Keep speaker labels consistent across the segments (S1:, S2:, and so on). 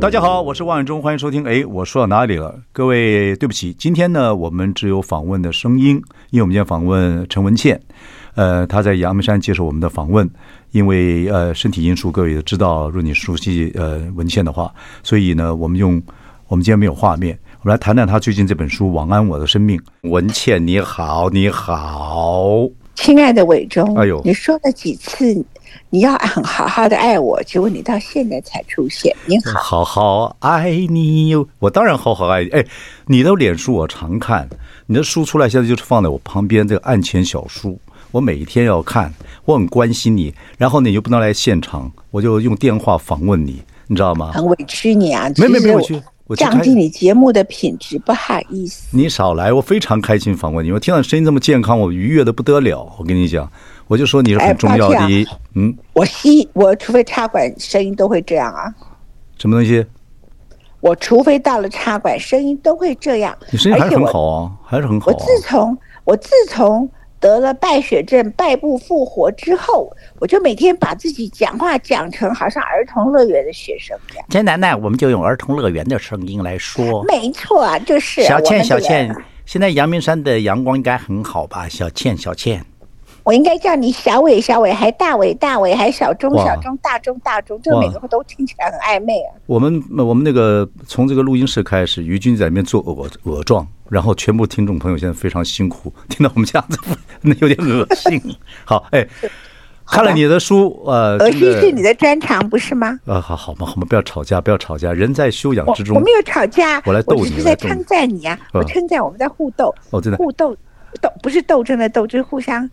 S1: 大家好，我是万永忠，欢迎收听。哎，我说到哪里了？各位，对不起，今天呢，我们只有访问的声音，因为我们今天访问陈文茜，呃，她在阳明山接受我们的访问。因为呃身体因素，各位也知道，如果你熟悉呃文茜的话，所以呢，我们用我们今天没有画面，我们来谈谈她最近这本书《晚安我的生命》。文茜，你好，你好。
S2: 亲爱的伟忠，
S1: 哎呦
S2: 你说了几次你要很好好的爱我，结果你到现在才出现。你好，
S1: 好好爱你哟，我当然好好爱你。哎，你的脸书我常看，你的书出来现在就是放在我旁边这个案前小书，我每天要看，我很关心你。然后呢你又不能来现场，我就用电话访问你，你知道吗？
S2: 很委屈你啊！
S1: 没没
S2: 其实
S1: 没委屈我就
S2: 降低你节目的品质，不好意思。
S1: 你少来，我非常开心访问你。我听到你声音这么健康，我愉悦的不得了。我跟你讲，我就说你是很重要
S2: 哎抱
S1: 的。嗯，
S2: 我吸，我除非插管，声音都会这样啊。
S1: 什么东西？
S2: 我除非到了插管，声音都会这样。
S1: 你声音还是
S2: 而且
S1: 很
S2: 哎我
S1: 好啊，还是很好
S2: 我
S1: 啊。
S2: 自从我自从得了败血症、败部复活之后，我就每天把自己讲话讲成好像儿童乐园的学生一样。
S3: 真的，那我们就用儿童乐园的声音来说。
S2: 没错啊，就是啊
S3: 小
S2: 我
S3: 倩，
S2: 们
S3: 小
S2: 这个
S3: 倩，现在阳明山的阳光应该很好吧？小倩，小倩，
S2: 我应该叫你小伟、小伟，还大伟、大伟，还小钟、
S1: 哇
S2: 小钟、大钟、大钟，这
S1: 哇
S2: 每个都听起来很暧昧啊。
S1: 我们我们那个从这个录音室开始，于军在里面做恶恶状，然后全部听众朋友现在非常辛苦， 听到我们这样子，那有点恶心。 好，哎，看了你的书，呃，
S2: 恶
S1: 真
S2: 心是你
S1: 的，
S2: 的专长，不是吗？
S1: 呃，好好嘛，好嘛，不要吵架，不要吵架，人在修养
S2: 我
S1: 之中
S2: 我没。有吵架，
S1: 我来逗你
S2: 只是
S1: 我来
S2: 在
S1: 逗你
S2: 称赞你啊，
S1: 嗯
S2: 我称赞我们在互斗，
S1: 哦真的
S2: 互斗斗不是斗争的斗，就是互相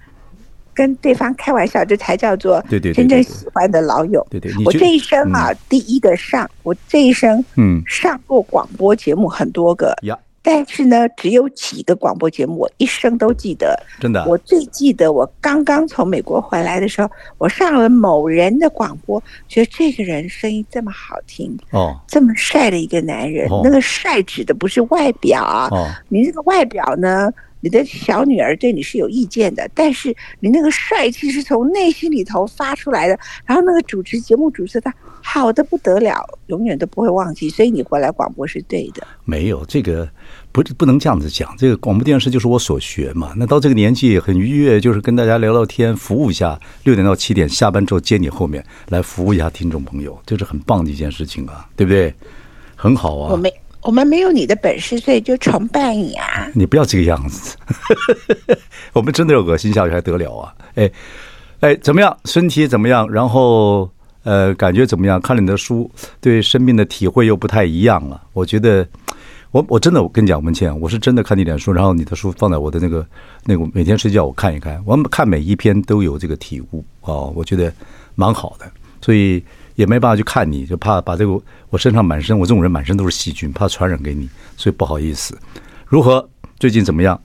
S2: 跟对方开玩笑，这才叫做
S1: 对对对
S2: 真正
S1: 对对
S2: 喜欢的老友。
S1: 对对你嗯
S2: 我
S1: 就
S2: 这一生啊，第一个上，我这一生
S1: 嗯
S2: 上过广播节目很多个，
S1: 呀，
S2: 但是呢，只有几个广播节目我一生都记得。
S1: 真的啊，
S2: 我最记得我刚刚从美国回来的时候，我上了某人的广播，觉得这个人声音这么好听，
S1: 哦
S2: 这么帅的一个男人。
S1: 哦
S2: 那个帅指的不是外表啊，
S1: 哦，
S2: 你这个外表呢，你的小女儿对你是有意见的，但是你那个帅气是从内心里头发出来的。然后那个主持节目主持他好的不得了，永远都不会忘记。所以你回来广播是对的。
S1: 没有这个，不不能这样子讲。这个广播电视就是我所学嘛。那到这个年纪很愉悦，就是跟大家聊聊天，服务一下。六点到七点下班之后接你后面来服务一下听众朋友，这是很棒的一件事情啊，对不对？很好
S2: 我
S1: 啊，
S2: 没我们没有你的本事，所以就崇拜你啊！
S1: 你不要这个样子， 我们真的要恶心下去还得了啊？哎哎，怎么样？身体怎么样？然后呃，感觉怎么样？看了你的书，对生命的体会又不太一样了。我觉得，我我真的我跟你讲，文倩，我是真的看你脸书，然后你的书放在我的那个那个每天睡觉我看一看，我们看每一篇都有这个体悟哦，我觉得蛮好的，所以。也没办法去看你，就怕把这个我身上满身，我这种人满身都是细菌，怕传染给你，所以不好意思。如何？最近怎么样？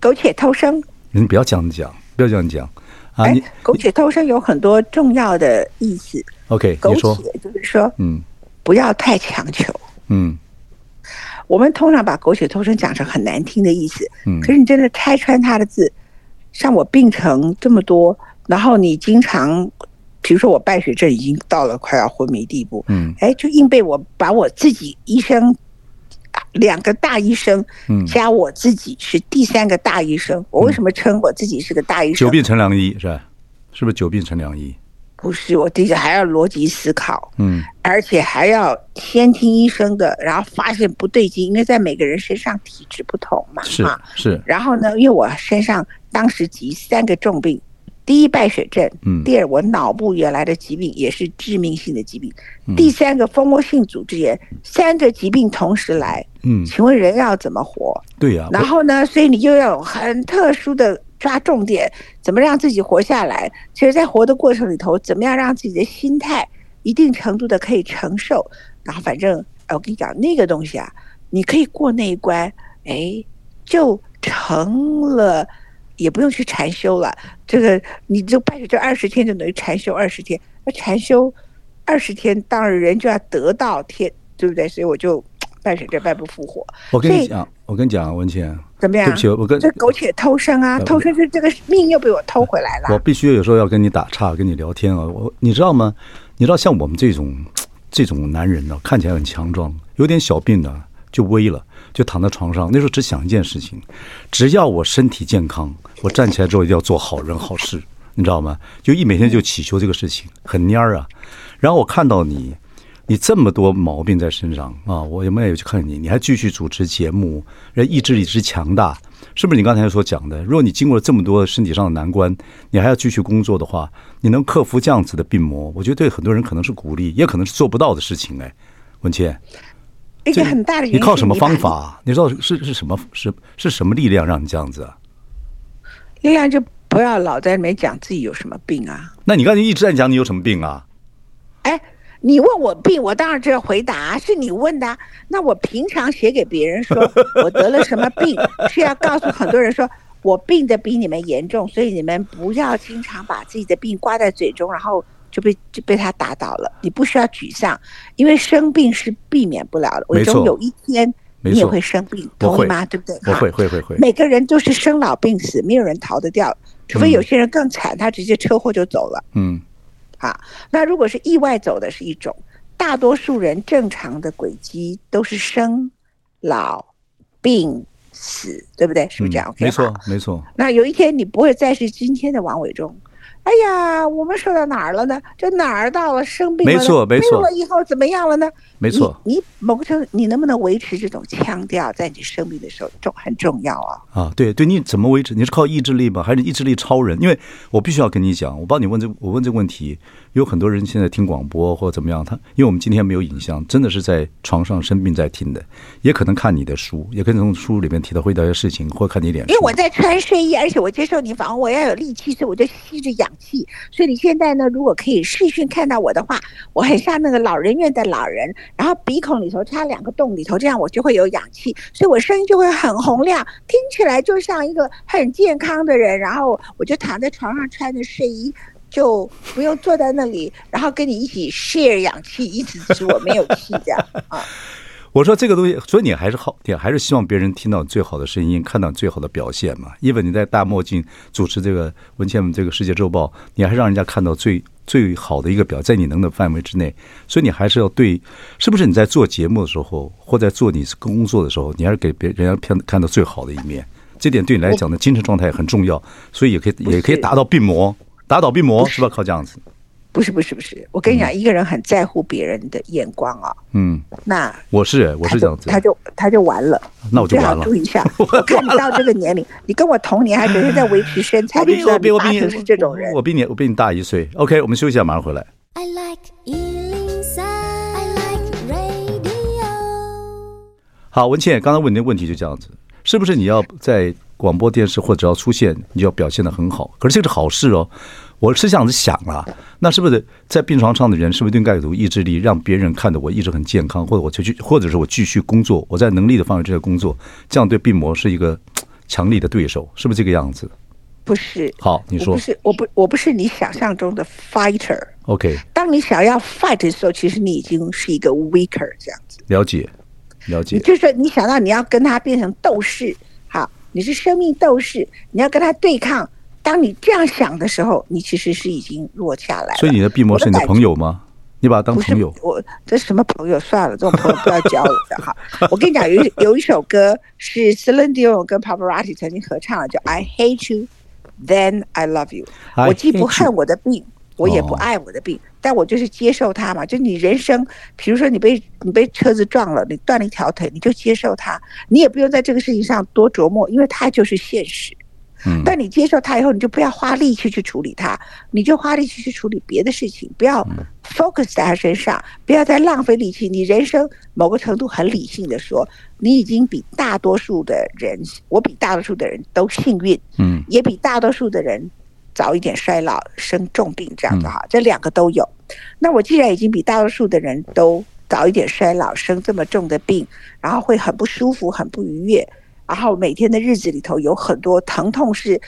S2: 苟且偷生，
S1: 你不要这样讲，不要这样讲啊！
S2: 哎、
S1: 你
S2: 苟且偷生有很多重要的意思。
S1: OK？
S2: 苟
S1: 你说，
S2: 且就是说
S1: 嗯
S2: 不要太强求。
S1: 嗯，
S2: 我们通常把苟且偷生讲成很难听的意思，
S1: 嗯
S2: 可是你真的拆穿它的字，像我病程这么多，然后你经常，比如说我败血症已经到了快要昏迷地步，
S1: 嗯，
S2: 哎，就硬被我把我自己医生，啊两个大医生，
S1: 嗯
S2: 加我自己是第三个大医生，我为什么称我自己是个大医生
S1: 久？病成良医是吧？是不是久病成良医？
S2: 不是，我自己还要逻辑思考。
S1: 嗯
S2: 而且还要先听医生的，然后发现不对劲，因为在每个人身上体质不同嘛，
S1: 是
S2: 啊
S1: 是，
S2: 然后呢，因为我身上当时急三个重病，第一败血症，
S1: 嗯
S2: 第二我脑部原来的疾病也是致命性的疾病，
S1: 嗯
S2: 第三个蜂窝性组织炎，三个疾病同时来，
S1: 嗯，
S2: 请问人要怎么活？
S1: 对呀、
S2: 然
S1: 啊我
S2: 后呢，所以你又要有很特殊的抓重点，怎么让自己活下来？其实，在活的过程里头，怎么样让自己的心态一定程度的可以承受，然后反正哎我跟你讲，那个东西啊，你可以过那一关，哎，就成了，也不用去禅修了。这个你就拜水这二十天就等于禅修二十天，那禅修二十天，当然人就要得到天，对不对？所以我就拜水这拜不复活，
S1: 我跟
S2: 所
S1: 你
S2: 以
S1: 讲，我跟你讲，文倩，
S2: 怎么样？
S1: 对不起，我跟
S2: 啊这苟且偷生啊，
S1: 呃
S2: 偷生是这个命又被我偷回来
S1: 我
S2: 了。
S1: 必须有时候要跟你打岔，跟你聊天啊。我你知道吗？你知道像我们这种这种男人呢、看起来很强壮，有点小病呢、就危了，就躺在床上。那时候只想一件事情：只要我身体健康，我站起来之后一定要做好人好事，你知道吗？就一每天就祈求这个事情，很蔫儿啊。然后我看到你，你这么多毛病在身上啊，我有没有去看你？你还继续主持节目，人意志力之强大，是不是你刚才所讲的？如果你经过了这么多身体上的难关，你还要继续工作的话，你能克服这样子的病魔，我觉得对很多人可能是鼓励，也可能是做不到的事情。哎，文倩，
S2: 一
S1: 这
S2: 个很大的
S1: 你
S2: 原因，
S1: 靠什么方？法？你知道是是什么是是什么力量让你这样子啊？
S2: 力量就不要老在里面讲自己有什么病啊。
S1: 那你刚才一直在讲你有什么病啊？
S2: 哎，你问我病，我当然知道回答，是你问的啊。那我平常写给别人说我得了什么病，是要告诉很多人说我病的比你们严重，所以你们不要经常把自己的病挂在嘴中，然后就被就被他打倒了。你不需要沮丧，因为生病是避免不了的，我
S1: 没错
S2: 终有一天
S1: 没
S2: 你也
S1: 错
S2: 会生病，
S1: 我
S2: 同
S1: 会
S2: 意吗？对不对？
S1: 我
S2: 好
S1: 哦会会会会，
S2: 每个人都是生老病死，没有人逃得掉，除非有些人更惨，他直接车祸就走了。
S1: 嗯
S2: 啊，那如果是意外走的是一种，大多数人正常的轨迹都是生、老、病、死，对不对？是不是这样、
S1: 嗯
S2: o k
S1: 没错。没错，
S2: 那有一天你不会再是今天的王伟忠。哎呀，我们说到哪儿了呢？这哪儿到了生病了呢？
S1: 没错没错
S2: 病了以后怎么样了呢？
S1: 没错。
S2: 你你某个程度，你能不能维持这种腔调，在你生病的时候重很重要啊。
S1: 啊，对对，你怎么维持？你是靠意志力吗？还是意志力超人？因为我必须要跟你讲，我帮你问这，我问这个问题，有很多人现在听广播或怎么样，他因为我们今天没有影像，真的是在床上生病在听的，也可能看你的书，也可能从书里面提到会到一些事情，或看你脸书。
S2: 因为我在穿睡衣，而且我接受你访问，我要有力气，所以我就吸着氧气。所以你现在呢，如果可以视讯看到我的话，我很像那个老人院的老人，然后鼻孔里头插两个洞里头，这样我就会有氧气，所以我声音就会很洪亮，听起来就像一个很健康的人。然后我就躺在床上穿着睡衣。就不用坐在那里，然后跟你一起 share 氧气，一直使我没有气这样 啊。
S1: 我说这个东西，所以你还是好，你还是希望别人听到最好的声音，看到最好的表现嘛。因为你在大墨镜主持这个文倩这个世界周报，你还是让人家看到最最好的一个表，在你能的范围之内。所以你还是要对，是不是你在做节目的时候，或在做你工作的时候，你还是给别人家看看到最好的一面。这点对你来讲的精神状态很重要，所以也可以也可以打倒病魔，打倒病魔是吧？靠这样子，
S2: 不是不是不是，我跟你讲，一个人很在乎别人的眼光啊、
S1: 嗯，
S2: 那
S1: 我是我是
S2: 他就
S1: 这样子，
S2: 他就他就完了。
S1: 那我就
S2: 最好
S1: 完了
S2: 注意一 下，我看你到这个年龄，你跟我同年还整天在维持身材，
S1: 我
S2: 就
S1: 比
S2: 知道
S1: 我
S2: 你
S1: 比我
S2: 八
S1: 比
S2: 成
S1: 你
S2: 是这种人
S1: 我。比你我比你大一岁。OK，我们休息一下，马上回来。
S4: I like Ealing Sound. I like radio.
S1: 好，文倩，刚才问你的问题就这样子，是不是你要在广播电视或者要出现，你就要表现的很好？可是这个是好事哦，我是这样子想啊，那是不是在病床上的人，是不是对盖有意志力，让别人看得我一直很健康，或者我就去，或者是我继续工作，我在能力的范围之内工作，这样对病魔是一个嘖强力的对手，是不是这个样子
S2: 不是，
S1: 好你
S2: 我
S1: 说
S2: 不是，我不我不是你想象中的 fighter。
S1: ？OK，
S2: 当你想要 fight 的时候，其实你已经是一个 weaker 这样子。
S1: 了解，了
S2: 你
S1: 解，
S2: 就是你想到你要跟他变成斗士，好，你是生命斗士，你要跟他对抗。当你这样想的时候，你其实是已经弱下来了。
S1: 所以你的病魔是你的朋友吗？你把他当
S2: 不是
S1: 朋友？
S2: 我这什么朋友？算了，这种朋友不要交了哈。 我跟你讲，有一有一首歌是 Celine Dion 跟 Pavarotti 曾经合唱的，叫《I Hate You, Then I Love You》。
S1: I
S2: 我既
S1: hate
S2: 不
S1: you
S2: 恨我的病，我也不
S1: 哦
S2: 爱我的病，但我就是接受它嘛。就你人生，比如说你被你被车子撞了，你断了一条腿，你就接受它，你也不用在这个事情上多琢磨，因为它就是现实。
S1: 嗯
S2: 但你接受它以后，你就不要花力气去处理它，你就花力气去处理别的事情，不要 focus 在它身上，不要再浪费力气。你人生某个程度很理性的说，你已经比大多数的人，我比大多数的人都幸运，
S1: 嗯
S2: 也比大多数的人早一点衰老、生重病这样子哈，这两个都有。那我既然已经比大多数的人都早一点衰老，生这么重的病，然后会很不舒服，很不愉悦，然后每天的日子里头有很多疼痛是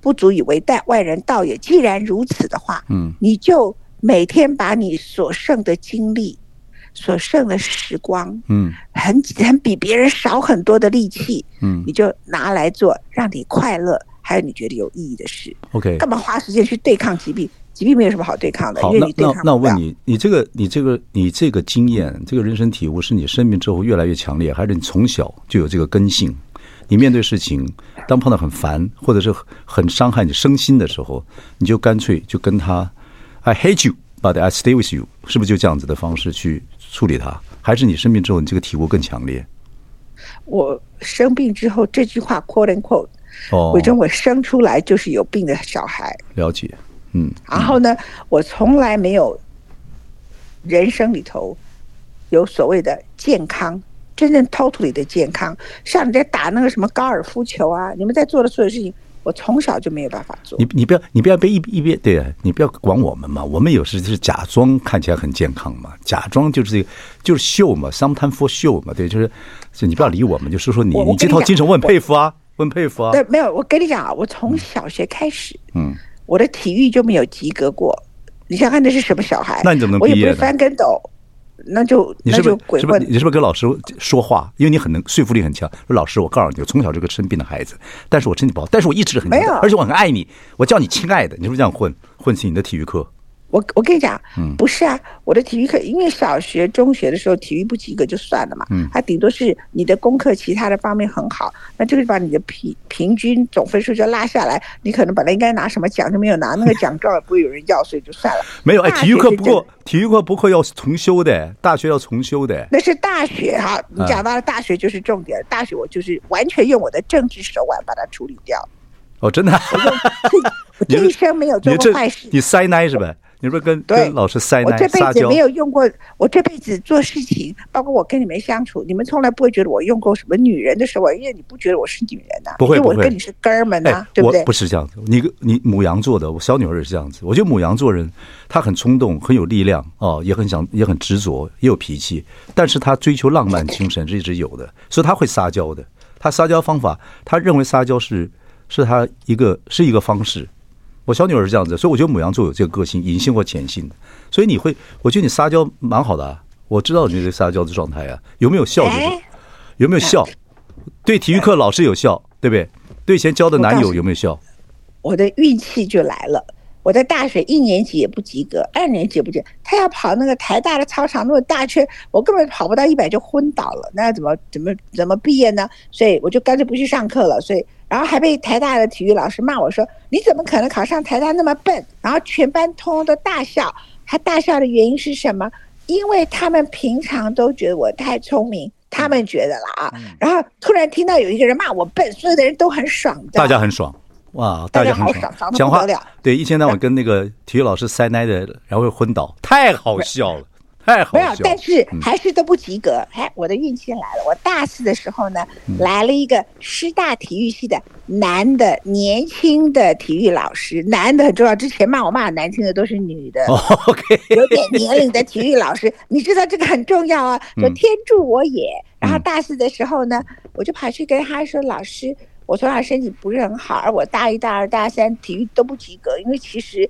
S2: 不足以为代外人道也。既然如此的话，
S1: 嗯，
S2: 你就每天把你所剩的精力、所剩的时光，
S1: 嗯
S2: 很很比别人少很多的力气，
S1: 嗯
S2: 你就拿来做让你快乐，还有你觉得有意义的事。
S1: ，OK，
S2: 干嘛花时间去对抗疾病？疾病没有什么好对抗的，
S1: 好，
S2: 因为
S1: 那
S2: 你对
S1: 那
S2: 抗
S1: 那我
S2: 不了
S1: 问。你，你这个你这个你这个经验，这个人生体悟，是你生病之后越来越强烈，还是你从小就有这个根性？你面对事情，当碰到很烦或者是很伤害你身心的时候，你就干脆就跟他，I hate you, but I stay with you，是不是就这样子的方式去处理它？还是你生病之后，你这个体悟更强烈？
S2: 我生病之后，这句话 “quote and quote”，
S1: 哦
S2: 我，认为生出来就是有病的小孩。
S1: 了解，嗯
S2: 然后呢，我从来没有人生里头有所谓的健康，真正 totally 的健康。像你在打那个什么高尔夫球啊，你们在做的所有事情，我从小就没有办法做。
S1: 你你不要你不要被一一边对啊你不要管我们嘛，我们有时是假装看起来很健康嘛，假装就是这个就是秀嘛，sometime for show 嘛，对，就是就你不要理我们，就说说你
S2: 我我
S1: 你
S2: 跟你
S1: 这套
S2: 讲
S1: 精神我很佩服啊，我很佩服啊，
S2: 对，没有，我跟你讲啊，我从小学开始，
S1: 嗯，
S2: 我的体育就没有及格过。你想看那是什么小孩？
S1: 那你怎么能
S2: 我也
S1: 毕
S2: 不
S1: 业
S2: 是
S1: 呢
S2: 翻跟斗，那就
S1: 你
S2: 那
S1: 是不
S2: 就是鬼
S1: 是不是
S2: 混
S1: 你是不是跟老师说话？因为你很能说服力很强。说老师，我告诉你，我从小是个生病的孩子，但是我身体不好，但是我一直很
S2: 没有
S1: 而且我很爱你，我叫你亲爱的，你是不是这样混混进你的体育课？
S2: 我我跟你讲，
S1: 嗯
S2: 不是啊，我的体育课，因为小学、中学的时候体育不及格就算了嘛，
S1: 嗯
S2: 它顶多是你的功课其他的方面很好，那这个就把你的平平均总分数就拉下来，你可能本来应该拿什么奖就没有拿，那个奖状也不会有人要，所以就算了。
S1: 没有哎，
S2: 大
S1: 体育
S2: 学
S1: 课
S2: 是
S1: 不
S2: 真
S1: 过体育课不过要重修的，大学要重修的。
S2: 那是大学
S1: 啊
S2: 哈，你讲到了大学就是重点，大学我就是完全用我的政治手腕把它处理掉，
S1: 哦，真的啊、
S2: 我
S1: 你
S2: 这一生没有做
S1: 你
S2: 过
S1: 这
S2: 坏事。
S1: 你塞奶是吧？你是不是跟
S2: 对
S1: 跟老师塞
S2: 我
S1: 奶
S2: 这辈
S1: 撒
S2: 子
S1: 娇
S2: 没？有用过，我这辈子做事情，包括我跟你们相处，你们从来不会觉得我用过什么女人的手腕，因为你不觉得我是女人呐、
S1: 不会
S2: 因
S1: 不
S2: 为我
S1: 会
S2: 跟你是哥们呐、
S1: 哎，
S2: 啊对
S1: 我
S2: 对？
S1: 不是这样子，你你母羊座的，我小女儿也是这样子。我觉得母羊座人，他很冲动，很有力量哦，也很想，也很执着，也有脾气，但是他追求浪漫精神是一直有的，所以他会撒娇的。他撒娇方法，他认为撒娇是是他一个是一个方式。我小女儿是这样子，所以我觉得母羊座有这个个性，隐性或潜性的。所以你会，我觉得你撒娇蛮好的、啊，我知道你这撒娇的状态啊，有没有笑就是
S2: 哎，
S1: 有没有笑？对体育课老师有效，对不对？对以前交的男友有没有效？
S2: 我的运气就来了。我在大学一年级也不及格，二年级也不及格。他要跑那个台大的操场那么大圈，我根本跑不到一百就昏倒了。那怎么怎么怎么毕业呢？所以我就干脆不去上课了。所以，然后还被台大的体育老师骂我说：“你怎么可能考上台大那么笨？”然后全班通通都大笑。他大笑的原因是什么？因为他们平常都觉得我太聪明，他们觉得啦啊。
S1: 嗯
S2: 然后突然听到有一个人骂我笨，所有的人都很爽的。
S1: 大家很爽，哇，
S2: 大
S1: 家
S2: 家
S1: 很
S2: 好
S1: 爽
S2: 爽，爽得
S1: 讲
S2: 不
S1: 话
S2: 得了
S1: 对一天到晚跟那个体育老师塞奶的，然后会昏倒，太好笑了，太好
S2: 没有，
S1: 笑了
S2: 但。是
S1: 嗯
S2: 还是都不及格。哎，我的运气来了，我大四的时候呢，来了一个师大体育系的男的年轻的体育老师，男的很重要。之前骂我骂男轻的都是女的，
S1: 哦 OK，
S2: 有点年龄的体育老师，你知道这个很重要啊，
S1: 嗯
S2: 说天助我也。然后大四的时候呢，我就跑去跟他说，老师。我从小身体不是很好，而我大一、大二、大三体育都不及格，因为其实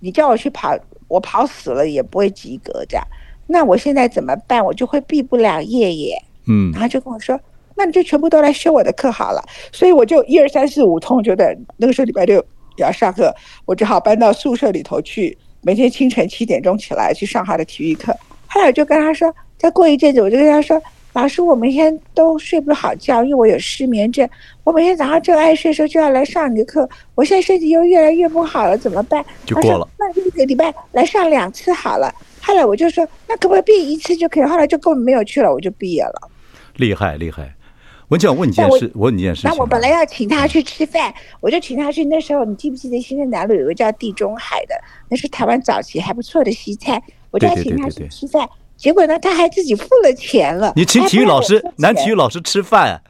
S2: 你叫我去跑，我跑死了也不会及格这样。那我现在怎么办？我就会毕不了业耶。
S1: 嗯
S2: 然后就跟我说，那你就全部都来修我的课好了。所以我就一二三四五通，觉得那个时候礼拜六也要上课，我只好搬到宿舍里头去，每天清晨七点钟起来去上他的体育课。后来我就跟他说，再过一阵子我就跟他说。老师，我每天都睡不好觉，因为我有失眠症。我每天早上正爱睡的时候就要来上你的课，我现在身体又越来越不好了，怎么办？
S1: 就
S2: 他
S1: 过
S2: 说
S1: 了。
S2: 那就一个礼拜来上两次好了。后来我就说，那可不可以毕业一次就可以？后来就根本没有去了，我就毕业了。
S1: 厉害厉害。文静，我问你一
S2: 但
S1: 件
S2: 我
S1: 事，我问你一件事情啊。
S2: 那我本来要请他去吃饭，我就请他去。那时候你记不记得新生南路有个叫地中海的，那是台湾早期还不错的西餐，我就要
S1: 对对
S2: 请他
S1: 对对
S2: 去吃饭。结果呢，他还自己付了钱了。
S1: 你请体育老师
S2: 还哎不让我付，钱
S1: 男体育老师吃饭，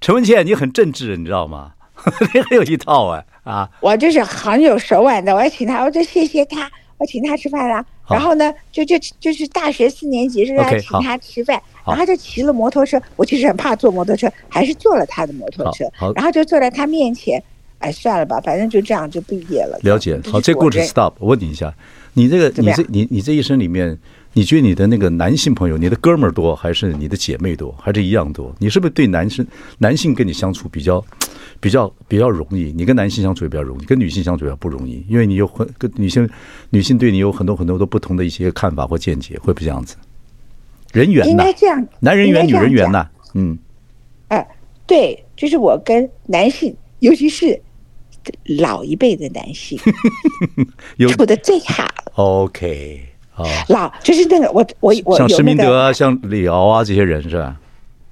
S1: 陈文倩，你很正直，你知道吗？ 你很有一套哎啊，
S2: 我就是很有手腕的，我要请他，我就谢谢他，我请他吃饭啦、
S1: 好
S2: 然后呢，就就就是大学四年级，就是还
S1: OK，
S2: 请
S1: 好
S2: 他吃饭，
S1: 好
S2: 然后他就骑了摩托车，我其实很怕坐摩托车，还是坐了他的摩托车
S1: 好好，
S2: 然后就坐在他面前，哎，算了吧，反正就这样就毕业了。
S1: 了解。
S2: 是
S1: 好，这
S2: 我
S1: 故事
S2: 人
S1: stop。我问你一下，你这个
S2: 怎
S1: 你
S2: 么样
S1: 这你你这一生里面，你觉得你的那个男性朋友，你的哥们儿多，还是你的姐妹多，还是一样多？你是不是对男生男性跟你相处比较比较比较容易？你跟男性相处也比较容易，跟女性相处也不容易，因为你有很跟女性女性对你有很多很多的不同的一些看法或见解，会不会这样子？人缘
S2: 应
S1: 呐、
S2: 该这样，
S1: 男人缘、女
S2: 应该这样
S1: 人缘
S2: 讲
S1: 呐、嗯，
S2: 哎，对，就是我跟男性，尤其是老一辈的男性
S1: 有
S2: 处的最好。
S1: OK 好，
S2: 老就是那个我我我
S1: 像
S2: 有
S1: 施
S2: 那
S1: 明德
S2: 个
S1: 啊，像李敖啊这些人是吧？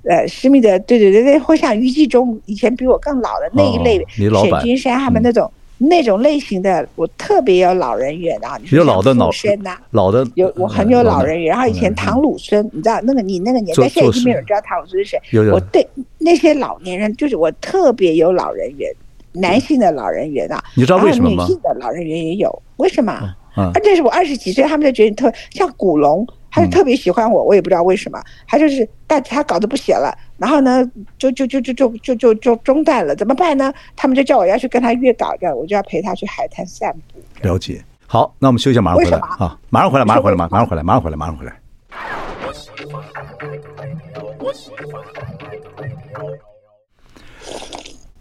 S2: 呃施密德，对对对对，或像于继忠以前比我更老的那一类
S1: 哦，你老板
S2: 沈君山他们那种那种类型的，我特别有老人缘啊。你
S1: 比
S2: 说
S1: 较老的
S2: 像
S1: 老
S2: 傅深呐。
S1: 老的
S2: 有我很有老人缘，然后以前
S1: 老
S2: 唐鲁孙，你知道那个你那个年
S1: 做
S2: 代，现在
S1: 做
S2: 已经没有
S1: 事
S2: 人知道唐鲁孙是谁。
S1: 有有
S2: 我对那些老年人，就是我特别有老人缘，男性的老人缘啊，
S1: 你嗯知道为什么
S2: 然
S1: 吗
S2: 后女？性的老人缘也有，为什么啊？
S1: 啊
S2: 啊，这是我二十几岁，他们就觉得你特像古龙，他就
S1: 嗯
S2: 特别喜欢我，我也不知道为什么。他就是，但他稿子不写了，然后呢，就就就就就就就就中断了，怎么办呢？他们就叫我要去跟他约稿，这样我就要陪他去海滩散步。
S1: 了解。好，那我们休息一下，马上回来
S2: 为什
S1: 啊！马上回来，马上回来，
S2: 为什么
S1: 马上回来，马上回来，马上回来。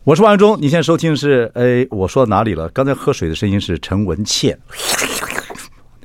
S1: 我是王安忠，你现在收听的是，哎，我说到哪里了？刚才喝水的声音是陈文茜，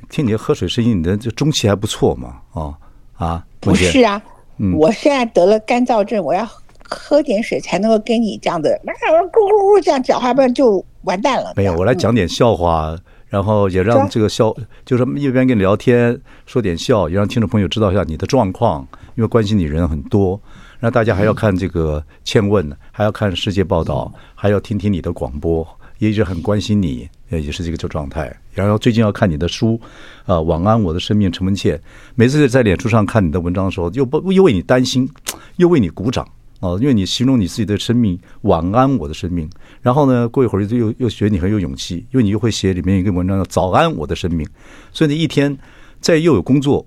S1: 听你喝水声音，你的这中气还不错嘛？哦啊，
S2: 不
S1: 文茜
S2: 是啊，
S1: 嗯
S2: 我现在得了干燥症，我要喝点水才能够跟你这样的，咕咕咕这样讲话，不然就完蛋了。
S1: 没哎有，我来讲点笑话，然后也
S2: 说
S1: 让这个笑，就是一边跟你聊天，说点笑，也让听众朋友知道一下你的状况，因为关心你人很多。那大家还要看这个欠问，还要看世界报道，还要听听你的广播，也一直很关心你，呃也是这个这状态。然后最近要看你的书，啊、晚安我的生命》陈文茜，每次在脸书上看你的文章的时候，又不又为你担心，又为你鼓掌。哦，因为你形容你自己的生命，晚安我的生命。然后呢，过一会儿就又又觉得你很有勇气，因为你又会写里面一个文章叫“早安我的生命”，所以你一天在又有工作，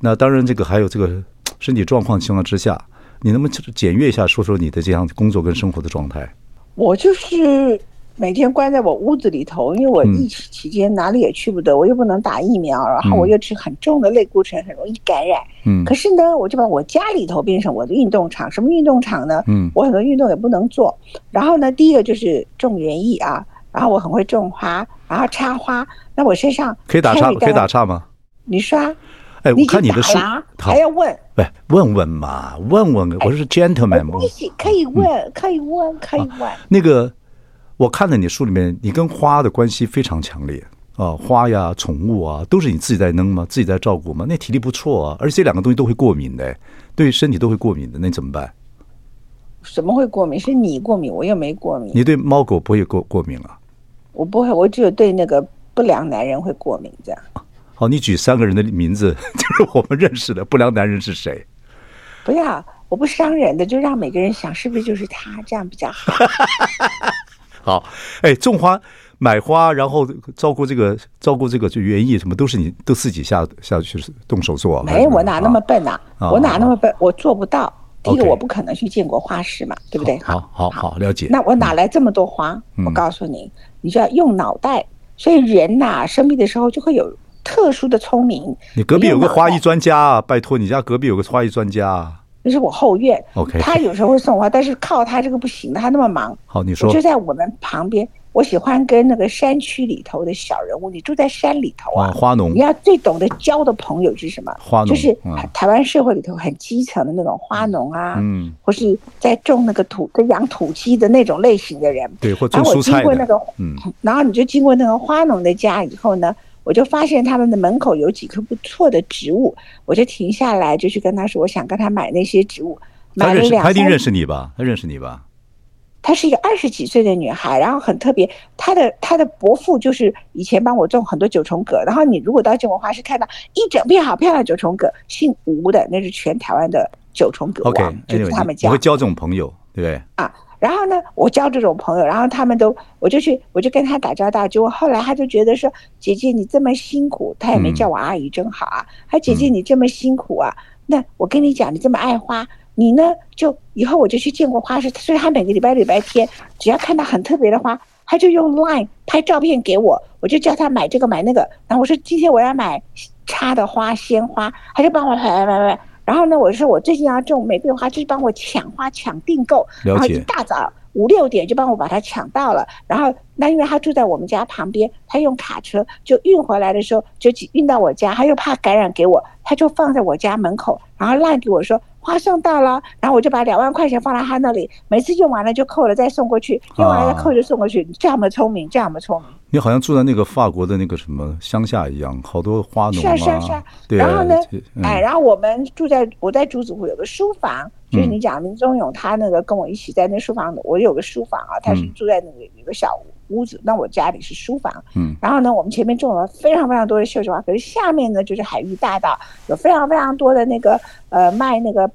S1: 那当然这个还有这个身体状况情况之下，你能不能就是检阅一下，说说你的这样工作跟生活的状态？
S2: 我就是每天关在我屋子里头，因为我
S1: 嗯
S2: 疫情期间哪里也去不得，我又不能打疫苗，然
S1: 嗯
S2: 后我又吃很重的类固醇，很容易感染。
S1: 嗯
S2: 可是呢，我就把我家里头变成我的运动场。什么运动场呢？
S1: 嗯
S2: 我很多运动也不能做。然后呢，第一个就是种园艺啊，然后我很会种花，然后插花。那我身上
S1: 可以打岔，
S2: Carry
S1: 可以
S2: 到
S1: 打，岔吗？
S2: 你说啊？
S1: 哎，
S2: 你
S1: 我
S2: 已经
S1: 看你的
S2: 打
S1: 书
S2: 了哎啊，
S1: 好
S2: 还，要问？
S1: 喂，问问嘛，问问，我是 gentleman，我
S2: 一起可以
S1: 嗯
S2: 问，可以问，可
S1: 啊
S2: 以问。
S1: 那个，我看了你书里面，你跟花的关系非常强烈啊，花呀、宠物啊，都是你自己在弄吗？自己在照顾吗？那体力不错啊，而且这两个东西都会过敏的，对身体都会过敏的，那你怎么办？
S2: 什么会过敏？是你过敏，我又没过敏。
S1: 你对猫狗不会过过敏啊？
S2: 我不会，我只有对那个不良男人会过敏这样。
S1: 好，你举三个人的名字， 就是我们认识的不良男人是谁？
S2: 不要，我不伤人的，就让每个人想是不是就是他，这样比较好。
S1: 好，哎，种花、买花，然后照顾这个、照顾这个就园艺什么，都是你都自己下下去动手做啊？还
S2: 没
S1: 是，
S2: 哎我哪那么笨呐、
S1: 啊
S2: 我哪那么笨？我做不到。第一个，
S1: OK
S2: 我不可能去建国画室嘛，对不对？
S1: 好好好，了解。
S2: 那我哪来这么多花？
S1: 嗯
S2: 我告诉你，你就要用脑袋。所以人呐、生病的时候就会有特殊的聪明。
S1: 你隔壁有个花艺
S2: 艺，
S1: 专家啊，拜托你家隔壁有个花艺专家啊。
S2: 就是我后院
S1: OK
S2: 他有时候会送花，但是靠他这个不行的，他那么忙，
S1: 好，你
S2: 我
S1: 说
S2: 就在我们旁边，我喜欢跟那个山区里头的小人物，你住在山里头
S1: 啊，
S2: 啊，
S1: 花农
S2: 你要最懂得交的朋友是什么？
S1: 花农
S2: 就是
S1: 啊
S2: 台湾社会里头很基层的那种花农啊，
S1: 嗯，
S2: 或是在种那个土、在养土鸡的那种类型的人。
S1: 对，或种
S2: 然后我
S1: 蔬
S2: 经
S1: 菜
S2: 过那
S1: 的，
S2: 个，
S1: 嗯
S2: 然后你就经过那个花农的家以后呢，我就发现他们的门口有几棵不错的植物，我就停下来就去跟他说，我想跟他买那些植物。
S1: 他
S2: 买了
S1: 认识，
S2: 两
S1: 他一定
S2: 三
S1: 认识你吧？他认识你吧？
S2: 她是一个二十几岁的女孩，然后很特别。她的她的伯父就是以前帮我种很多九重葛，然后你如果到建国花市看到一整片好漂亮的九重葛，姓吴的那是全台湾的九重葛
S1: OK，
S2: 王，就是
S1: anyway，
S2: 他们
S1: 你
S2: 家
S1: 会交这种朋友，对不对？
S2: 然后呢，我交这种朋友，然后他们都，我就去，我就跟他打交道，结果后来他就觉得说，姐姐你这么辛苦，他也没叫我阿姨，真好啊。他姐姐你这么辛苦啊，那我跟你讲，你这么爱花，你呢就以后我就去建国花市，所以他每个礼拜礼拜天，只要看到很特别的花，他就用 Line 拍照片给我，我就叫他买这个买那个，然后我说今天我要买插的花鲜花，他就帮我买买买买。然后呢，我说我最近要种玫瑰花，就是帮我抢花抢订购，
S1: 了
S2: 然后啊嗯
S1: 解
S2: 一大早五六点就帮我把它抢到了。然后那因为他住在我们家旁边，他用卡车就运回来的时候就运到我家，他又怕感染给我，他就放在我家门口，然后赖给我说。花送到了，然后我就把两万块钱放到他那里，每次用完了就扣了，再送过去，用完了再扣就送过去。你这样么聪明，这样么聪明。
S1: 你好像住在那个法国的那个什么乡下一样，好多花农
S2: 是啊是啊是啊
S1: 对啊，
S2: 然后呢
S1: 这，
S2: 哎，
S1: 嗯
S2: 然后我们住在我在竹子湖有个书房，就是你讲林宗勇他那个跟我一起在那书房，我有个书房啊，他是
S1: 嗯
S2: 住在那个有个小屋子，那我家里是书房。
S1: 嗯
S2: 然后呢，我们前面种了非常非常多的绣球花，可是下面呢就是海域大道，有非常非常多的那个呃卖那个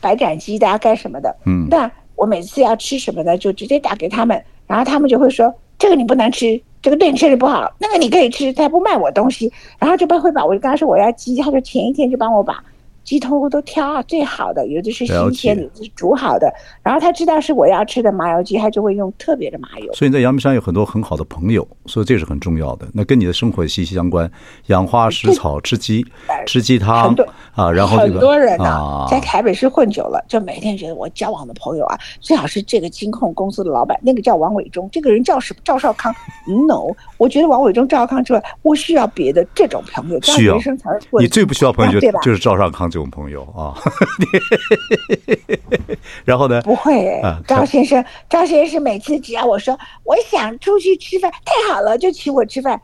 S2: 白斩鸡的啊干什么的。
S1: 嗯
S2: 那我每次要吃什么呢，就直接打给他们，然后他们就会说这个你不能吃，这个对你身体不好，那个你可以吃，他不卖我东西，然后就帮会把我就跟他说我要鸡，他就前一天就帮我把。鸡通通都挑啊，最好的，有的是
S1: 了
S2: 新
S1: 解
S2: 鲜的，有的是煮好的。然后他知道是我要吃的麻油鸡，他就会用特别的麻油。
S1: 所以你在阳明山有很多很好的朋友，所以这是很重要的。那跟你的生活息息相关，养花、食草、吃鸡、吃鸡汤
S2: 哎很多
S1: 啊，然后这个
S2: 很多人呢、
S1: 啊，
S2: 在台北市混久了，就每天觉得我交往的朋友啊，最好是这个金控公司的老板，那个叫王伟忠，这个人叫什么赵少康？No，我觉得王伟忠、赵少康之外，我需要别的这种朋友，这
S1: 需
S2: 样
S1: 要
S2: 人生才会过
S1: 你
S2: 得。
S1: 最不需要朋友就
S2: 啊对吧
S1: 就是赵尚康这种朋友啊。 然后呢？
S2: 不会、哎
S1: 啊
S2: 赵先生，赵先生每次只要我说我想出去吃饭，太好了，就请我吃饭，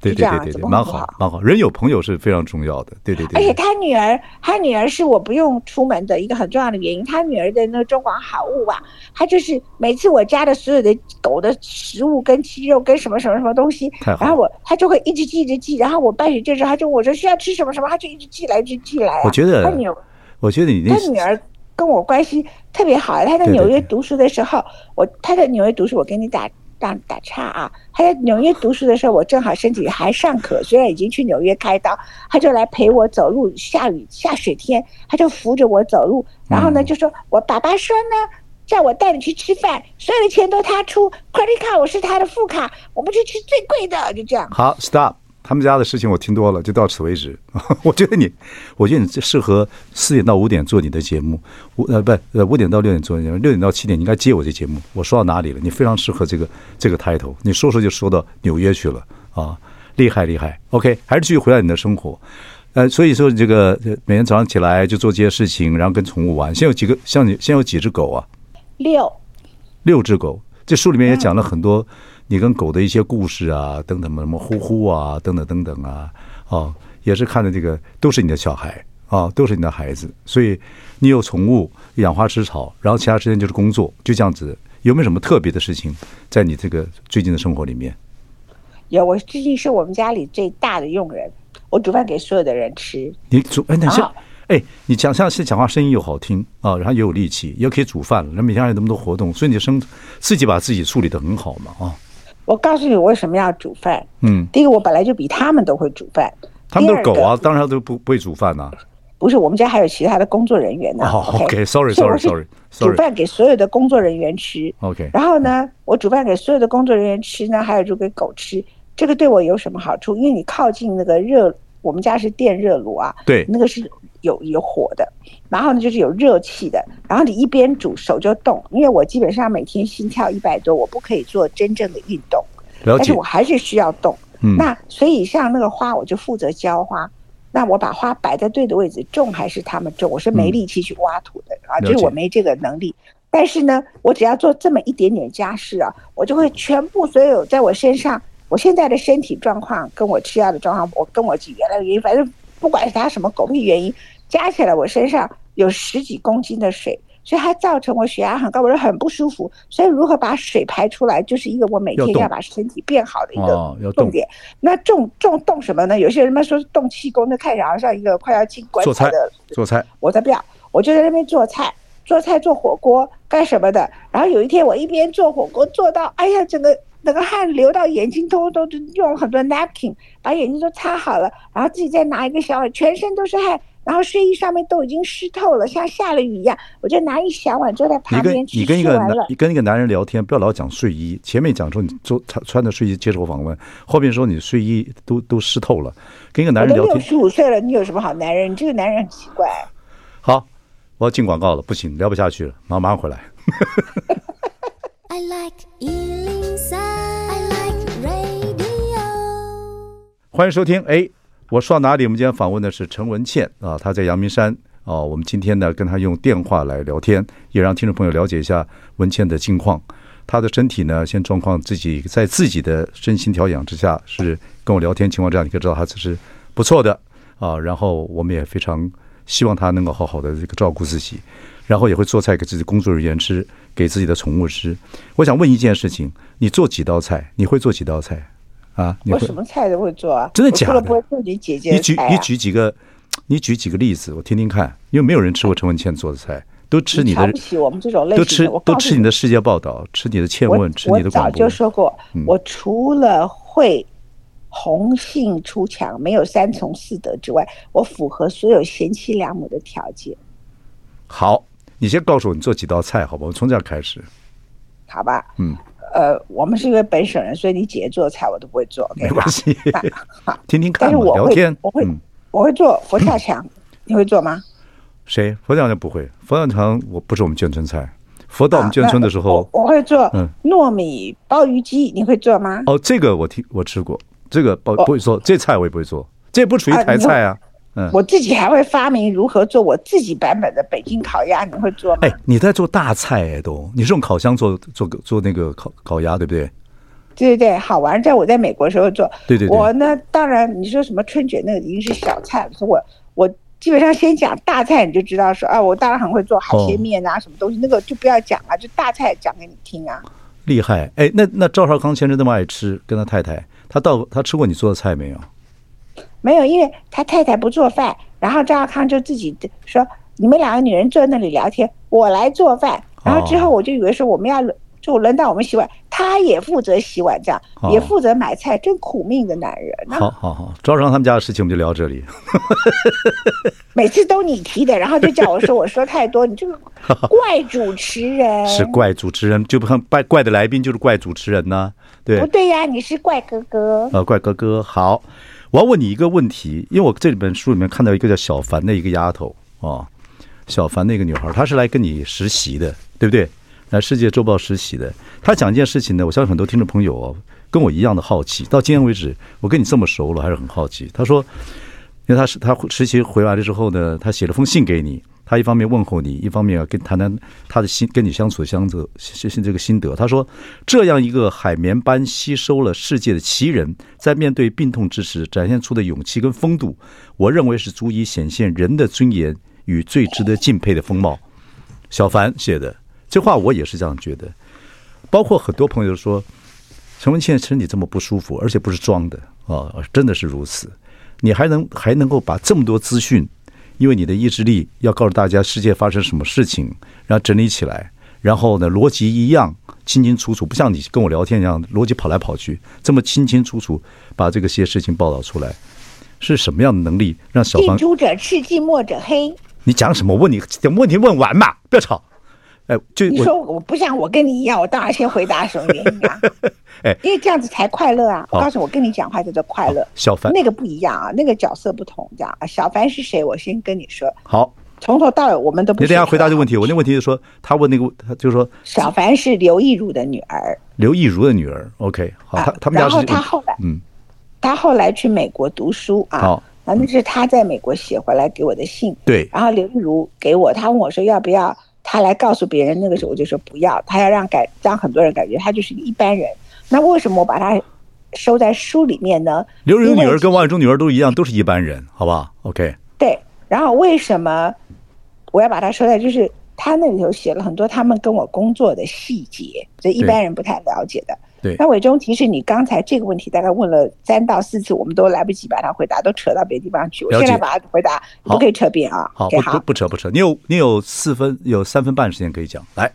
S1: 对
S2: 就
S1: 对
S2: 这样
S1: 对
S2: 啊
S1: 对
S2: 怎
S1: 对，
S2: 么
S1: 蛮
S2: 会不哎
S1: 好蛮好，人有朋友是非常重要的。对对对，
S2: 而且
S1: 对
S2: 他女儿，他女儿是我不用出门的一个很重要的原因。他女儿的那个中广好物啊，他就是每次我家的所有的狗的食物跟鸡肉跟什么什么什么东西
S1: 太，好
S2: 然后我他就会一直寄一直寄，然后我办学证时候，他就我说需要吃什么什么，他就一直寄来一直寄来、啊。
S1: 我觉得
S2: 他女儿
S1: 我觉得你那
S2: 他女儿跟我关系特别好，她
S1: 对
S2: 在
S1: 对
S2: 纽约
S1: 对
S2: 读书的时候，我她在纽约读书，我跟你打打打岔啊，她在纽约读书的时候，我正好身体还尚可，虽然已经去纽约开刀，她就来陪我走路，下雨下雪天，她就扶着我走路，然后
S1: 嗯
S2: 呢就说，我爸爸说呢。叫我带你去吃饭，所有的钱都他出，credit card 我是他的副卡，我们去吃最贵的，就这样。
S1: 好，stop。他们家的事情我听多了，就到此为止。 我觉得你，我觉得你最适合四点到五点做你的节目，五呃不呃五点到六点做你的节目，六点到七点你应该接我这节目。我说到哪里了？你非常适合这个这个 title，你说说就说到纽约去了啊，厉害厉害。OK，还是继续回到你的生活。呃，所以说你这个呃每天早上起来就做这些事情，然后跟宠物玩。现在有几个像你，现在有几只狗啊？
S2: 六，
S1: 六只狗。这书里
S2: 嗯
S1: 面也讲了很多你跟狗的一些故事啊，等等什么呼呼啊，等等等等啊，哦，也是看的这个都是你的小孩啊，都是你的孩子，所以你有宠物养花吃草，然后其他时间就是工作，就这样子。有没有什么特别的事情在你这个最近的生活里面？
S2: 有我最近是我们家里最大的佣人，我煮饭给所有的人吃，
S1: 你煮哎，等一下
S2: 啊，
S1: 哎，你讲像是讲话声音又好听啊，然后也有力气，也可以煮饭了，那每天还有那么多活动，所以你生自己把自己处理的很好嘛啊，
S2: 我告诉你，我为什么要煮饭。
S1: 嗯，
S2: 第一个，我本来就比他们都会煮饭。
S1: 他们都
S2: 第
S1: 是
S2: 二个
S1: 狗啊，，当然都不不会煮饭啊呐、
S2: 不是我们家还有其他的工作人员呢。
S1: 哦
S2: OK，
S1: ，OK，sorry，
S2: 所以我是
S1: sorry，sorry，
S2: 煮饭给所有的工作人员吃。
S1: OK
S2: 然后呢，我煮饭给所有的工作人员吃呢，还有煮给狗吃。这个对我有什么好处？因为你靠近那个热，我们家是电热炉啊，
S1: 对
S2: 那个是有有火的，然后呢就是有热气的，然后你一边煮手就动，因为我基本上每天心跳一百多，我不可以做真正的运动，
S1: 了
S2: 但
S1: 解
S2: 是我，还是需要动。
S1: 嗯，
S2: 那所以像那个花，我就负责浇花。那我把花摆在对的位置，种还是他们种？我是没力气去挖土的、啊，
S1: 了
S2: 就
S1: 解
S2: 是我没这个能力。但是呢，我只要做这么一点点家事啊，我就会全部所有在我身上，我现在的身体状况跟我吃药的状况，我跟我自己原来的原因，反正不管是他什么狗屁原因，加起来我身上有十几公斤的水，所以它造成我血压很高，我是很不舒服。所以如何把水排出来，就是一个我每天
S1: 要动
S2: 要把身体变好的一个
S1: 哦，要
S2: 重
S1: 动
S2: 点。那重重动什么呢？有些人们说是动气功，那看起来好像一个快要进棺
S1: 做
S2: 材
S1: 菜
S2: 的，
S1: 做菜，
S2: 我才不要，我就在那边做菜。做菜、做火锅干什么的。然后有一天我一边做火锅做到，哎呀，整个那个汗流到眼睛，通通都用很多 napkin 把眼睛都擦好了，然后自己再拿一个小碗，全身都是汗。然后睡衣上面都已经湿透了，像下了雨一样。我就拿一小碗坐在
S1: 你
S2: 旁
S1: 跟
S2: 边吃，
S1: 你跟一
S2: 吃
S1: 个
S2: 完
S1: 男
S2: 了
S1: 你跟一个男人聊天，不要老讲睡衣。前面讲说你做穿穿着睡衣接受访问，后面说你睡衣都都湿透了。跟一个男
S2: 我
S1: 人
S2: 都
S1: 聊
S2: 六
S1: 天，
S2: 十五岁了，你有什么好男人？你这个男人很奇怪。
S1: 好，我要进广告了，不行，聊不下去了，马马上回来。
S4: I like Ealing Sound. I like radio.
S1: 欢迎收听。哎，我说到哪里？我们今天访问的是陈文茜啊，她在阳明山啊。我们今天呢跟她用电话来聊天，也让听众朋友了解一下文茜的近况。她的身体呢，现在状况自己在自己的身心调养之下，是跟我聊天情况之下，你可以知道她这是不错的啊。然后我们也非常希望她能够好好的这个照顾自己，然后也会做菜给自己的工作人员吃，给自己的宠物吃。我想问一件事情：你做几道菜？你会做几道菜啊？你
S2: 我
S1: 会？
S2: 什么菜都会做啊，
S1: 真的
S2: 我
S1: 假
S2: 除了
S1: 的
S2: 不会做你姐姐
S1: 你
S2: 的
S1: 举
S2: 菜、啊。
S1: 你举几个，你举几个例子，我听听看，因为没有人吃过陈文茜做的菜，都吃
S2: 你
S1: 你
S2: 瞧
S1: 的
S2: 不，起我们这种类
S1: 都
S2: 型
S1: 吃
S2: 的，我告
S1: 都
S2: 诉
S1: 吃你的世界报道，吃你的倩
S2: 我
S1: 问，吃你的
S2: 我早
S1: 广播嗯
S2: 就。说过，我除了会红杏出墙，没有三从四德之外，我符合所有贤妻良母的条件，
S1: 好，你先告诉我你做几道菜，好吧？我从这儿开始。
S2: 好吧？
S1: 嗯，
S2: 呃，我们是因为本省人，所以你姐做菜我都不会做，OK
S1: 没
S2: 吧
S1: 关？系， 听听
S2: 哎
S1: 看
S2: 但是
S1: 嘛，
S2: 我
S1: 聊
S2: 会
S1: 天，。
S2: 我会
S1: 嗯，
S2: 我会做佛 跳墙，你会做吗？
S1: 谁？佛跳墙不会，佛跳墙我不是我们眷村菜。佛到我们
S2: 啊
S1: 眷
S2: 那
S1: 村的时候，
S2: 我我会做
S1: 嗯
S2: 糯米鲍鱼鸡，你会做吗？
S1: 哦，这个我听我吃过，这个不
S2: 哦
S1: 不会做，这菜我也不会做，这不属于
S2: 啊
S1: 台
S2: 你会
S1: 菜啊。嗯，
S2: 我自己还会发明如何做我自己版本的北京烤鸭，你会做吗
S1: 哎？，你在做大菜哎，都，你是用烤箱做做做那个烤烤鸭，对不对？
S2: 对对对，好玩。在我在美国时候做，
S1: 对对对
S2: 我呢，当然你说什么春卷那个已经是小菜了，所以我我基本上先讲大菜，你就知道说啊，我当然很会做
S1: 哦
S2: 海鲜面啊，什么东西那个就不要讲了，就大菜讲给你听啊。
S1: 厉害哎，那那赵少康先生那么爱吃，跟他太太，他到他吃过你做的菜没有？
S2: 没有，因为他太太不做饭，然后赵少康就自己说：“你们两个女人坐那里聊天，我来做饭。”然后之后我就以为说我们要轮就轮到我们洗碗，他也负责洗碗，这样
S1: 哦
S2: 也负责买菜，真苦命的男人。那
S1: 好好好，赵少康他们家的事情我们就聊到这里。
S2: 每次都你提的，然后就叫我说我说太多，你这个怪主持 人。
S1: 是怪主持人，就不看怪怪的来宾就是怪主持人呐、对
S2: 不，对呀、你是怪哥哥。
S1: 呃，怪哥哥，好，我要问你一个问题，因为我这里本书里面看到一个叫小凡的一个丫头啊、哦，小凡的一个女孩，她是来跟你实习的，对不对？来世界周报实习的，她讲一件事情呢，我相信很多听众朋友哦，跟我一样的好奇，到今天为止，我跟你这么熟了，还是很好奇。她说，因为她是她实习回来了之后呢，她写了封信给你。她一方面问候你，一方面要跟谈谈她的心，跟你相处的相处心心这个心得。她说，这样一个海绵般吸收了世界的奇人，在面对病痛之时展现出的勇气跟风度，我认为是足以显现人的尊严与最值得敬佩的风貌。小凡写的这话，我也是这样觉得。包括很多朋友说，陈文茜身体这么不舒服，而且不是装的啊，真的是如此。你还能还能够把这么多资讯，因为你的意志力要告诉大家世界发生什么事情，然后整理起来，然后呢逻辑一样清清楚楚，不像你跟我聊天一样逻辑跑来跑去，这么清清楚楚把这个些事情报道出来，是什么样的能力让小
S2: 近
S1: 芳
S2: 朱者赤，近墨者黑。
S1: 你讲什么？我问你，等问题问完嘛，不要吵。哎，就
S2: 你
S1: 我
S2: 说我不像我跟你一样，我当然先回答什么原因啊？
S1: 哎
S2: 因为这样子才快乐啊！我
S1: 好
S2: 告诉你，我跟你讲话叫做快乐，
S1: 小凡
S2: 那个不一样啊，那个角色不同，这样啊。小凡是谁？我先跟你说，
S1: 好，
S2: 从头到尾我们都不。
S1: 你等一下回答这个问题。我那问题就是说，他问那个，他就是说
S2: 小凡是刘亦儒的女儿
S1: 刘亦儒的女儿。OK，好，哦他
S2: 啊，
S1: 他们家
S2: 然后
S1: 是
S2: 她后来，
S1: 嗯，
S2: 她后来去美国读书啊。
S1: 好
S2: 啊，那是她在美国写回来给我的信。
S1: 对，
S2: 然后刘亦儒给我，他问我说要不要他来告诉别人，那个时候我就说不要，他要让感让很多人感觉他就是一般人。那为什么我把他收在书里面呢？
S1: 刘亦儒女
S2: 因为
S1: 儿跟王永忠女儿都一样，都是一般人，好吧？OK，
S2: 对，然后为什么我要把它收在？就是他那里头写了很多他们跟我工作的细节，这一般人不太了解的。
S1: 对
S2: 那伟忠，其实你刚才这个问题大概问了三到四次，我们都来不及把它回答，都扯到别的地方去。我
S1: 了解
S2: 现在把它回答，
S1: 好
S2: 不可以扯边啊。
S1: 好，
S2: OK，
S1: 不
S2: 好
S1: 不，不扯不扯，你有你有四分有三分半时间可以讲，来，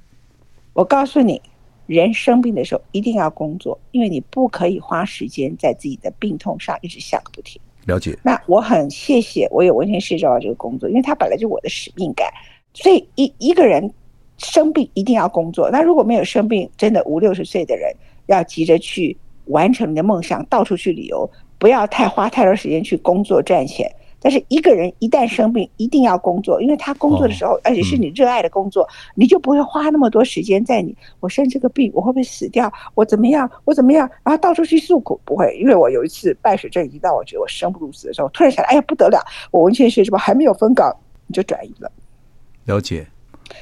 S2: 我告诉你，人生病的时候一定要工作，因为你不可以花时间在自己的病痛上一直下个不停。
S1: 了解，
S2: 那我很谢谢我有文学社找到这个工作，因为它本来就我的使命感。所以一一个人生病一定要工作。那如果没有生病，真的五六十岁的人要急着去完成你的梦想，到处去旅游，不要太花太多时间去工作赚钱。但是一个人一旦生病，一定要工作，因为他工作的时候，而且是你热爱的工作，你就不会花那么多时间在你我生这个病，我会不会死掉？我怎么样？我怎么样？然后到处去诉苦，不会，因为我有一次败血症已经到我觉得我生不如死的时候，突然想到，哎呀不得了，我文献学什么还没有分稿，你就转移了。
S1: 了解，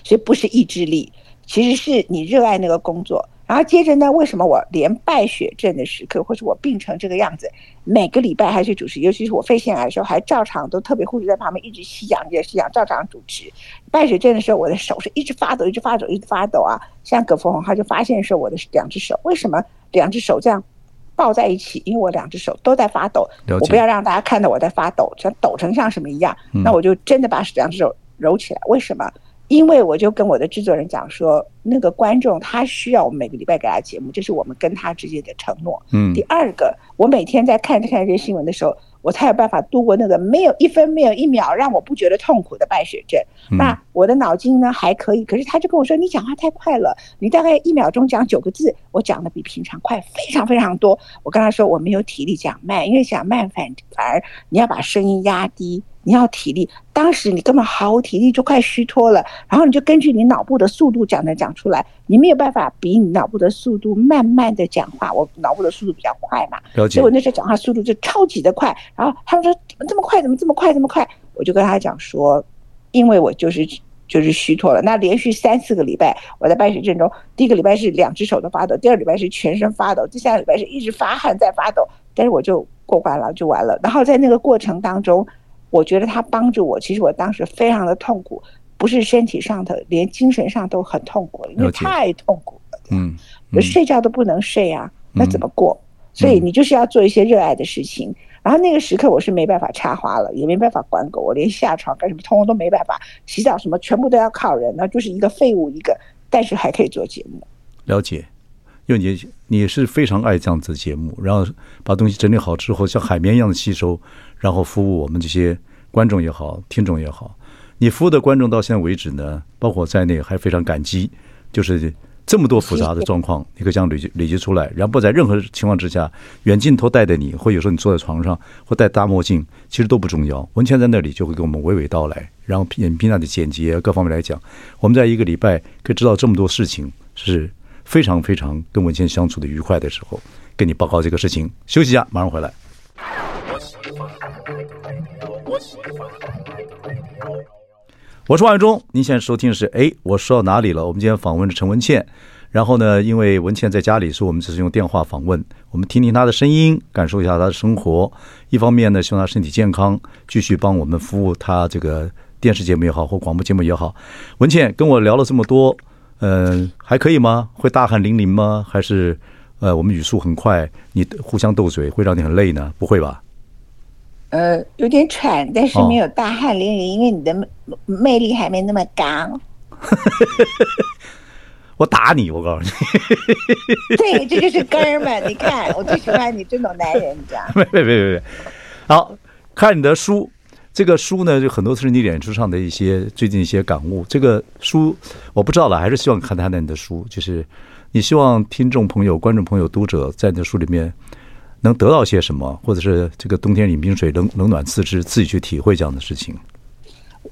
S2: 所以不是意志力，其实是你热爱那个工作。然后接着呢，为什么我连败血症的时刻，或是我病成这个样子，每个礼拜还去主持，尤其是我肺腺癌的时候，还照常都特别护士在旁边一直吸氧，也吸氧，照常主持。败血症的时候，我的手是一直发抖，一直发抖，一直发抖啊。像葛福红他就发现说，我的两只手为什么两只手这样抱在一起？因为我两只手都在发抖，
S1: 了
S2: 我
S1: 解
S2: 不要让大家看到我在发抖，像抖成像什么一样。
S1: 嗯
S2: 那我就真的把两只手揉起来。为什么？因为我就跟我的制作人讲说，那个观众他需要我们每个礼拜给他节目，这是我们跟他之间的承诺。
S1: 嗯
S2: 第，二个，我每天在看看这些新闻的时候，我才有办法度过那个没有一分没有一秒让我不觉得痛苦的败血症。
S1: 嗯
S2: 那我的脑筋呢还可以，可是他就跟我说你讲话太快了，你大概一秒钟讲九个字，我讲的比平常快非常非常多。我跟他说我没有体力讲慢，因为讲慢反反而你要把声音压低，你要体力。当时你根本毫无体力，就快虚脱了，然后你就根据你脑部的速度讲的讲出来，你没有办法比你脑部的速度慢慢的讲话，我脑部的速度比较快嘛，
S1: 了
S2: 所
S1: 解嗯
S2: 以我，那时候讲话速度就超级的快。然后他们说怎么这么快，怎么这么快，这么快？我就跟他讲说，因为我就是就是虚脱了。那连续三四个礼拜，我在败血症中，第一个礼拜是两只手都发抖，第二个礼拜是全身发抖，第三个礼拜是一直发汗在发抖。但是我就过关了，就完了。然后在那个过程当中，我觉得他帮助我。其实我当时非常的痛苦，不是身体上的，连精神上都很痛苦了，因为
S1: 了解
S2: 太痛苦了。
S1: 嗯，
S2: 我
S1: 嗯
S2: 睡觉都不能睡啊，那怎么过？所以
S1: 嗯
S2: 你就是要做一些热爱的事情。然后那个时刻我是没办法插花了，也没办法管狗，我连下床干什么通通都没办法，洗澡什么全部都要靠人，那就是一个废物一个，但是还可以做节目。
S1: 了解，因为你你是非常爱这样子的节目，然后把东西整理好之后，像海绵一样的吸收，然后服务我们这些观众也好，听众也好。你服务的观众到现在为止呢，包括我在内，还非常感激，就是这么多复杂的状况，你可以这样累积累积出来，然后不在任何情况之下，远镜头带着你，或有时候你坐在床上，或戴大墨镜，其实都不重要。文倩在那里就会给我们娓娓道来，然后影片上的剪辑啊各方面来讲，我们在一个礼拜可以知道这么多事情，是非常非常跟文倩相处的愉快的时候，跟你报告这个事情。休息一下，马上回来。我是王伟忠，您现在收听的是哎，我说到哪里了？我们今天访问是陈文茜，然后呢，因为文倩在家里，所以我们只是用电话访问，我们听听她的声音，感受一下她的生活。一方面呢，希望她身体健康，继续帮我们服务她这个电视节目也好或广播节目也好。文倩跟我聊了这么多，呃，还可以吗？会大汗淋漓吗？还是呃，我们语速很快，你互相斗嘴会让你很累呢？不会吧？
S2: 呃，有点喘，但是
S1: 哦
S2: 没有大汗淋漓，因为你的魅魅力还没那么 刚。
S1: 我打你！我告诉你，
S2: 对，这就是哥儿们，你看我最喜欢你这种男人，你知道。
S1: 别别别别别！好，看你的书，这个书呢，就很多是你脸书上的一些最近一些感悟。这个书我不知道了，还是希望看看到你的书，就是你希望听众朋友、观众朋友、读者在你的书里面能得到些什么，或者是这个冬天饮冰水，冷冷暖自知，自己去体会这样的事情。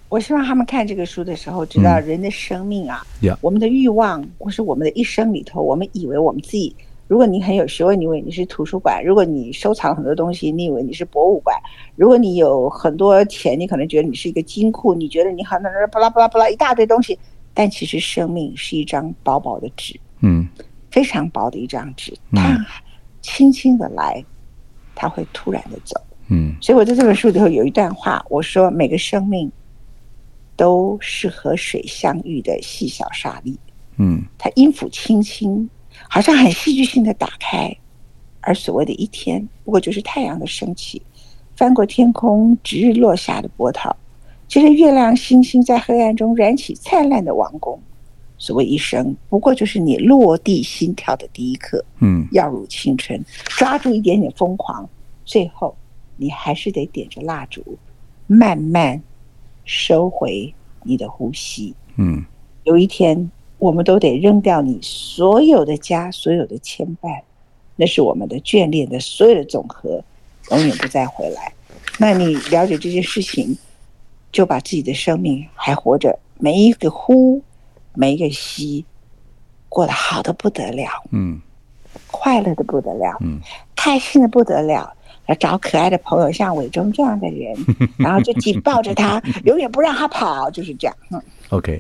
S2: 我希望他们看这个书的时候，知道人的生命啊，
S1: 嗯 Yeah
S2: 我们的欲望或是我们的一生里头，我们以为我们自己，如果你很有学问，你以为你是图书馆；如果你收藏很多东西，你以为你是博物馆；如果你有很多钱，你可能觉得你是一个金库，你觉得你很能巴拉巴拉巴拉一大堆东西，但其实生命是一张薄薄的纸，
S1: 嗯，
S2: 非常薄的一张纸，
S1: 嗯
S2: 它轻轻的来，它会突然的走。
S1: 嗯
S2: 所以我在这本书里头有一段话，我说每个生命都是和水相遇的细小沙粒，
S1: 嗯
S2: 它音符轻轻。好像很戏剧性的打开。而所谓的一天，不过就是太阳的升起，翻过天空直日落下的波涛，接着月亮、星星在黑暗中燃起灿烂的王宫。所谓一生，不过就是你落地心跳的第一刻。
S1: 嗯，
S2: 要入青春，抓住一点点疯狂，最后你还是得点着蜡烛，慢慢收回你的呼吸。
S1: 嗯，
S2: 有一天，我们都得扔掉你所有的家，所有的牵绊，那是我们的眷恋的所有的总和，永远不再回来。那你了解这件事情，就把自己的生命还活着，每一个呼，每一个吸，过得好的不得了。
S1: 嗯，
S2: 快乐的不得了，
S1: 嗯，
S2: 开心的不得了。要找可爱的朋友，像伟忠这样的 人，然后就紧抱着他，永远不让他跑，就是这样。
S1: 哎
S2: 嗯
S1: OK，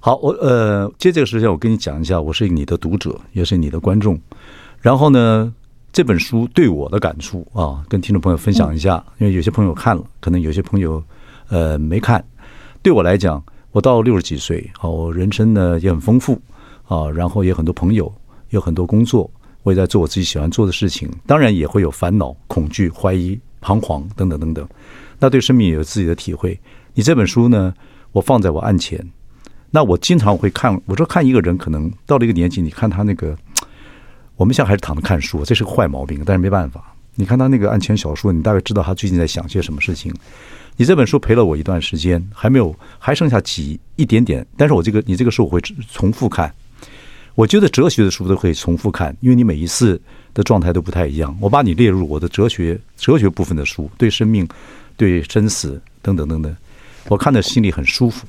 S1: 好，我呃，接这个时间，我跟你讲一下，我是你的读者，也是你的观众。然后呢，这本书对我的感触啊，跟听众朋友分享一下，因为有些朋友看了，可能有些朋友呃没看。对我来讲，我到六十几岁，啊，我人生呢也很丰富啊，然后也很多朋友，有很多工作，我也在做我自己喜欢做的事情，当然也会有烦恼、恐惧、怀疑、彷徨等等等等。那对生命也有自己的体会。你这本书呢，我放在我案前，那我经常会看，我说看一个人可能到了一个年纪，你看他那个，我们现在还是躺着看书，这是个坏毛病，但是没办法。你看他那个案前小说，你大概知道他最近在想些什么事情。你这本书陪了我一段时间，还没有，还剩下几一点点，但是我这个你这个书我会重复看。我觉得哲学的书都可以重复看，因为你每一次的状态都不太一样。我把你列入我的哲学哲学部分的书，对生命、对生死等等等等，我看的心里很舒服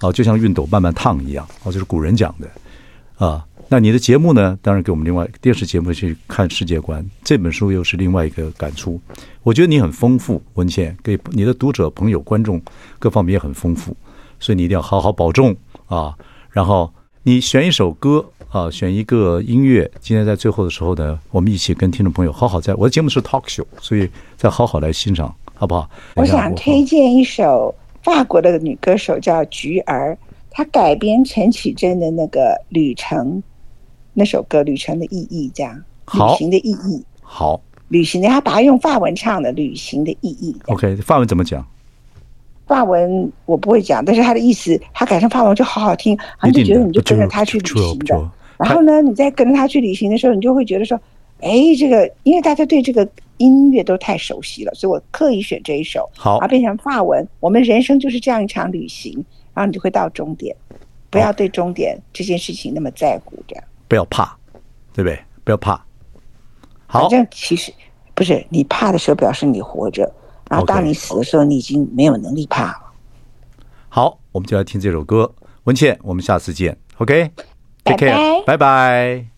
S1: 啊，就像熨斗慢慢烫一样啊，就是古人讲的啊。那你的节目呢？当然给我们另外电视节目去看世界观，这本书又是另外一个感触。我觉得你很丰富，文倩给你的读者、朋友、观众各方面也很丰富，所以你一定要好好保重啊。然后你选一首歌啊，选一个音乐。今天在最后的时候呢，我们一起跟听众朋友好好在我的节目是 talk show，所以再好好来欣赏，好不好？
S2: 我
S1: 等一下
S2: 想推荐一首法国的女歌手叫菊儿，她改编陈绮贞的那个《旅程》那首歌，《旅程的意义》这样，
S1: 好
S2: 旅行的意义，
S1: 好
S2: 旅行的，她把它用法文唱的，《旅行的意义》。
S1: ，OK，范文怎么讲？
S2: 法文我不会讲，但是他的意思，他改成法文就好好听，然后就觉得你就跟着他去旅行的。然后呢，你再跟着他去旅行的时候，你就会觉得说，哎，这个因为大家对这个音乐都太熟悉了，所以我刻意选这一首，
S1: 好
S2: 然后变成法文。我们人生就是这样一场旅行，然后你就会到终点，不要对终点这件事情那么在乎，这样。
S1: 不要怕，对不对？不要怕。好
S2: 反，正其实不是你怕的时候，表示你活着，然后
S1: OK
S2: 当你死的时候，你已经没有能力怕了。
S1: 好，我们就来听这首歌。文倩，我们下次见。OK，take、
S2: 拜拜
S1: care，拜拜。